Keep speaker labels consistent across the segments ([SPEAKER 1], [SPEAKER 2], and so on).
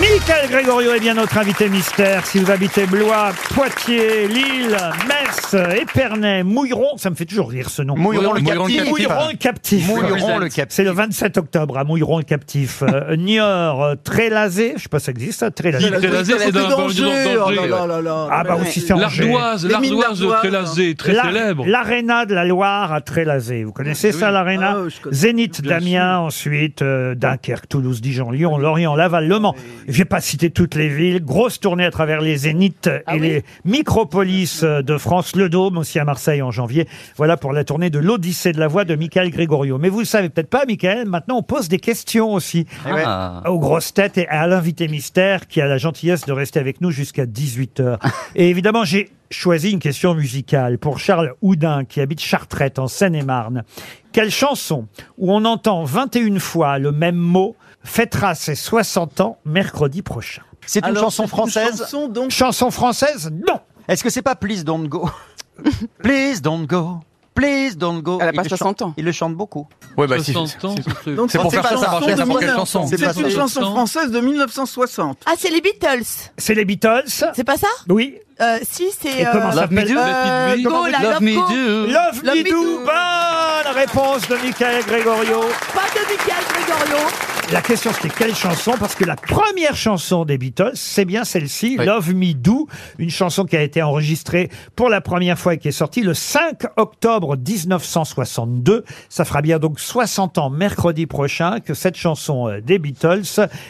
[SPEAKER 1] Michael Grégorio est bien notre invité mystère. Si vous habitez Blois, Poitiers, Lille, Metz, Épernay, Mouilleron, ça me fait toujours rire ce nom.
[SPEAKER 2] Mouilleron le captif.
[SPEAKER 1] Mouilleron le captif.
[SPEAKER 2] Mouilleron le captif.
[SPEAKER 1] C'est le 27 octobre à Mouilleron le captif. Euh, Niort, euh, Trélazé, je sais pas si ça existe, ça, Trélazé.
[SPEAKER 3] Dis- Trélazé, c'est d'un- d'un-
[SPEAKER 4] Oh
[SPEAKER 3] danger,
[SPEAKER 4] là là
[SPEAKER 3] ouais.
[SPEAKER 4] là là.
[SPEAKER 1] Ah bah
[SPEAKER 4] Mais-
[SPEAKER 1] aussi c'est Angers.
[SPEAKER 3] L'ardoise,
[SPEAKER 4] Les mines
[SPEAKER 3] l'ardoise de
[SPEAKER 4] d'ardoise,
[SPEAKER 3] Trélazé, très
[SPEAKER 1] La-
[SPEAKER 3] célèbre.
[SPEAKER 1] L'aréna de la Loire à Trélazé. Vous connaissez ça, l'aréna
[SPEAKER 4] Ah, oui, je connais.
[SPEAKER 1] Zénith d'Amiens, ensuite euh, Dunkerque, Toulouse, Dijon, Lyon, Lorient, Laval, Le Mans. Je n'ai pas cité toutes les villes. Grosse tournée à travers les Zéniths
[SPEAKER 4] Ah
[SPEAKER 1] et les micropolis euh, de France. Le Dôme aussi à Marseille en janvier. Voilà pour la tournée de l'Odyssée de la voix de Michael Grégorio. Mais vous le savez peut-être pas, Michael, maintenant on pose des questions aussi
[SPEAKER 4] Eh
[SPEAKER 2] Ah.
[SPEAKER 1] aux grosses têtes et à l'invité mystère qui a la gentillesse de rester avec nous jusqu'à 18h. Et évidemment, j'ai choisi une question musicale pour Charles Houdin qui habite Chartrette en Seine-et-Marne. Quelle chanson où on entend 21 fois le même mot fêtera ses 60 ans mercredi prochain
[SPEAKER 2] C'est une
[SPEAKER 4] Alors, c'est
[SPEAKER 2] chanson
[SPEAKER 4] Une
[SPEAKER 2] française.
[SPEAKER 4] chanson donc.
[SPEAKER 1] Chanson française Non
[SPEAKER 2] Est-ce que c'est pas Please Don't Go Please Don't Go. Please Don't Go.
[SPEAKER 5] Elle a
[SPEAKER 2] Il
[SPEAKER 5] pas
[SPEAKER 2] le
[SPEAKER 5] 60
[SPEAKER 2] chante-
[SPEAKER 5] ans.
[SPEAKER 2] Il le chante beaucoup.
[SPEAKER 6] Ouais, bah, si-
[SPEAKER 3] 60 ans, ce truc.
[SPEAKER 4] Donc,
[SPEAKER 6] C'est pour
[SPEAKER 4] une
[SPEAKER 6] faire ça
[SPEAKER 4] chanson
[SPEAKER 6] marcher,
[SPEAKER 4] de
[SPEAKER 6] n'importe quelle
[SPEAKER 4] 1900.
[SPEAKER 6] chanson.
[SPEAKER 2] C'est pas
[SPEAKER 4] C'est une
[SPEAKER 2] ça.
[SPEAKER 4] chanson française de 1960.
[SPEAKER 7] Ah, c'est les Beatles.
[SPEAKER 1] C'est les Beatles
[SPEAKER 7] C'est pas ça
[SPEAKER 1] Oui
[SPEAKER 7] euh, Si, c'est.
[SPEAKER 1] Et comment ça s'appelle
[SPEAKER 3] Let it be.
[SPEAKER 7] Go, la
[SPEAKER 3] Love
[SPEAKER 7] Love
[SPEAKER 3] me
[SPEAKER 7] Go.
[SPEAKER 3] do.
[SPEAKER 1] Love
[SPEAKER 7] Love
[SPEAKER 1] Me Do
[SPEAKER 7] Me Do.
[SPEAKER 1] Bonne réponse de Michael Gregorio
[SPEAKER 7] Pas de Michael Gregorio.
[SPEAKER 1] La question c'était quelle chanson Parce que la première chanson des Beatles, c'est bien celle-ci,
[SPEAKER 6] Oui.
[SPEAKER 1] Love Me Do, une chanson qui a été enregistrée pour la première fois et qui est sortie le 5 octobre 1962. Ça fera bien donc 60 ans mercredi prochain que cette chanson euh, des Beatles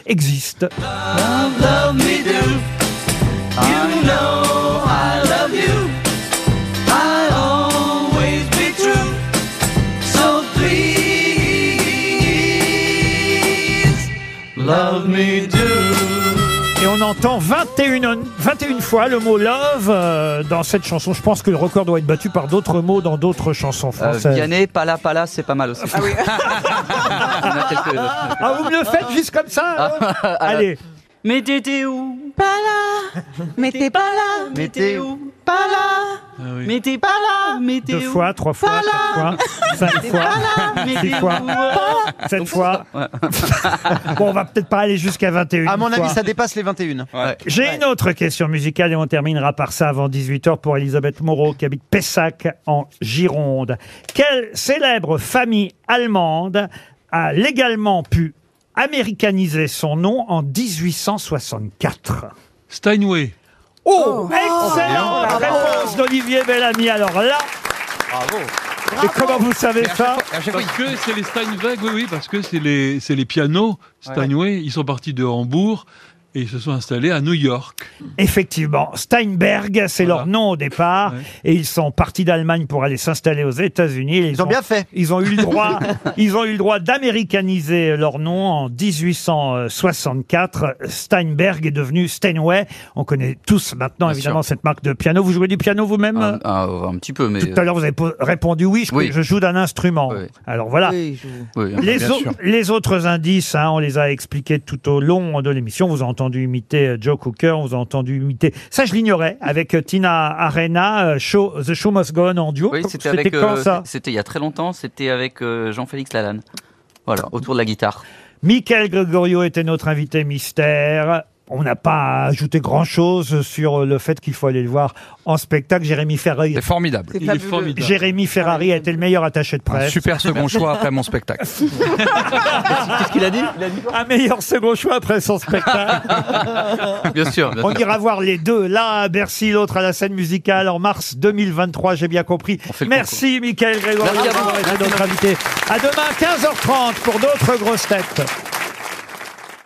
[SPEAKER 1] existe. Et on entend 21, 21 fois le mot love euh, dans cette chanson. Je pense que le record doit être battu par d'autres mots dans d'autres chansons
[SPEAKER 2] Euh,
[SPEAKER 1] françaises.
[SPEAKER 2] Vianney, Pala Pala, c'est pas mal aussi. Ah oui.
[SPEAKER 1] Ah, vous me le faites juste comme
[SPEAKER 2] Ah,
[SPEAKER 1] ça hein Allez,
[SPEAKER 5] Mais t'étais où Pas là Mais t'es pas là Mais t'es où Pas là
[SPEAKER 3] Ah oui.
[SPEAKER 5] Mais t'es pas là Mais t'es
[SPEAKER 1] deux
[SPEAKER 5] où
[SPEAKER 1] fois, trois fois, quatre fois, cinq fois.
[SPEAKER 5] Pas là Mais
[SPEAKER 1] Six
[SPEAKER 5] t'es où
[SPEAKER 1] fois. Cette fois. bon, on va peut-être pas aller jusqu'à 21.
[SPEAKER 2] À mon avis,
[SPEAKER 1] fois.
[SPEAKER 2] ça dépasse les 21.
[SPEAKER 6] Ouais.
[SPEAKER 1] J'ai une autre question musicale et on terminera par ça avant 18h pour Elisabeth Moreau qui habite Pessac en Gironde. Quelle célèbre famille allemande a légalement pu américaniser son nom en 1864
[SPEAKER 3] Steinway.
[SPEAKER 1] Oh, excellent
[SPEAKER 2] Oh,
[SPEAKER 1] la réponse d'Olivier Bellamy. Alors là,
[SPEAKER 2] Bravo.
[SPEAKER 1] et comment vous savez ça
[SPEAKER 3] Parce que c'est les Steinweg, oui, oui, parce que c'est les, c'est les pianos Steinway. Ils sont partis de Hambourg et ils se sont installés à New York.
[SPEAKER 1] Effectivement, Steinberg, c'est
[SPEAKER 3] Voilà.
[SPEAKER 1] leur nom au départ,
[SPEAKER 3] Ouais.
[SPEAKER 1] et ils sont partis d'Allemagne pour aller s'installer aux États-Unis. et
[SPEAKER 2] Ils ont bien fait.
[SPEAKER 1] Ils ont eu le droit, ils ont eu le droit d'américaniser leur nom en 1864. Steinberg est devenu Steinway. On connaît tous maintenant
[SPEAKER 6] Bien
[SPEAKER 1] évidemment cette marque de piano. Vous jouez du piano vous-même
[SPEAKER 6] Un, un- un petit peu, mais.
[SPEAKER 1] Tout à l'heure vous avez po- répondu oui, je,
[SPEAKER 6] Oui.
[SPEAKER 1] je joue d'un instrument.
[SPEAKER 6] Oui.
[SPEAKER 1] Alors voilà.
[SPEAKER 4] Oui, je-
[SPEAKER 6] Oui, hein,
[SPEAKER 1] Les,
[SPEAKER 6] bien
[SPEAKER 1] au-
[SPEAKER 6] sûr.
[SPEAKER 1] les autres indices, hein, on les a expliqués tout au long de l'émission. On Vous a entendu imiter euh, Joe Cooker, on vous a entendu imiter. Ça, je l'ignorais, avec euh, Tina Arena, euh, show, The Show Must Go On en duo.
[SPEAKER 2] Oui,
[SPEAKER 1] c'était
[SPEAKER 6] C'était avec,
[SPEAKER 1] quand
[SPEAKER 6] euh,
[SPEAKER 1] ça
[SPEAKER 6] C'était il y a très longtemps, c'était avec euh, Jean-Félix Lalanne. Voilà, autour de la guitare.
[SPEAKER 1] Michael Gregorio était notre invité mystère. On n'a pas ajouté grand-chose sur le fait qu'il faut aller le voir en spectacle. Jérémy Ferrari,
[SPEAKER 6] C'est formidable.
[SPEAKER 5] C'est
[SPEAKER 3] Il est
[SPEAKER 5] fabuleux.
[SPEAKER 3] formidable.
[SPEAKER 1] Jérémy Ferrari a été le meilleur attaché de
[SPEAKER 6] Un
[SPEAKER 1] presse.
[SPEAKER 6] Ah, super second choix après mon spectacle.
[SPEAKER 1] Un meilleur second choix après son spectacle.
[SPEAKER 6] Bien sûr. bien
[SPEAKER 1] On
[SPEAKER 6] sûr.
[SPEAKER 1] ira voir les deux, l'un à Bercy, l'autre à la scène musicale en mars 2023, j'ai bien compris.
[SPEAKER 6] On fait le
[SPEAKER 1] Merci Michael Grégory
[SPEAKER 6] Merci à vous.
[SPEAKER 1] d'avoir été notre invité. À demain 15h30 pour d'autres grosses têtes.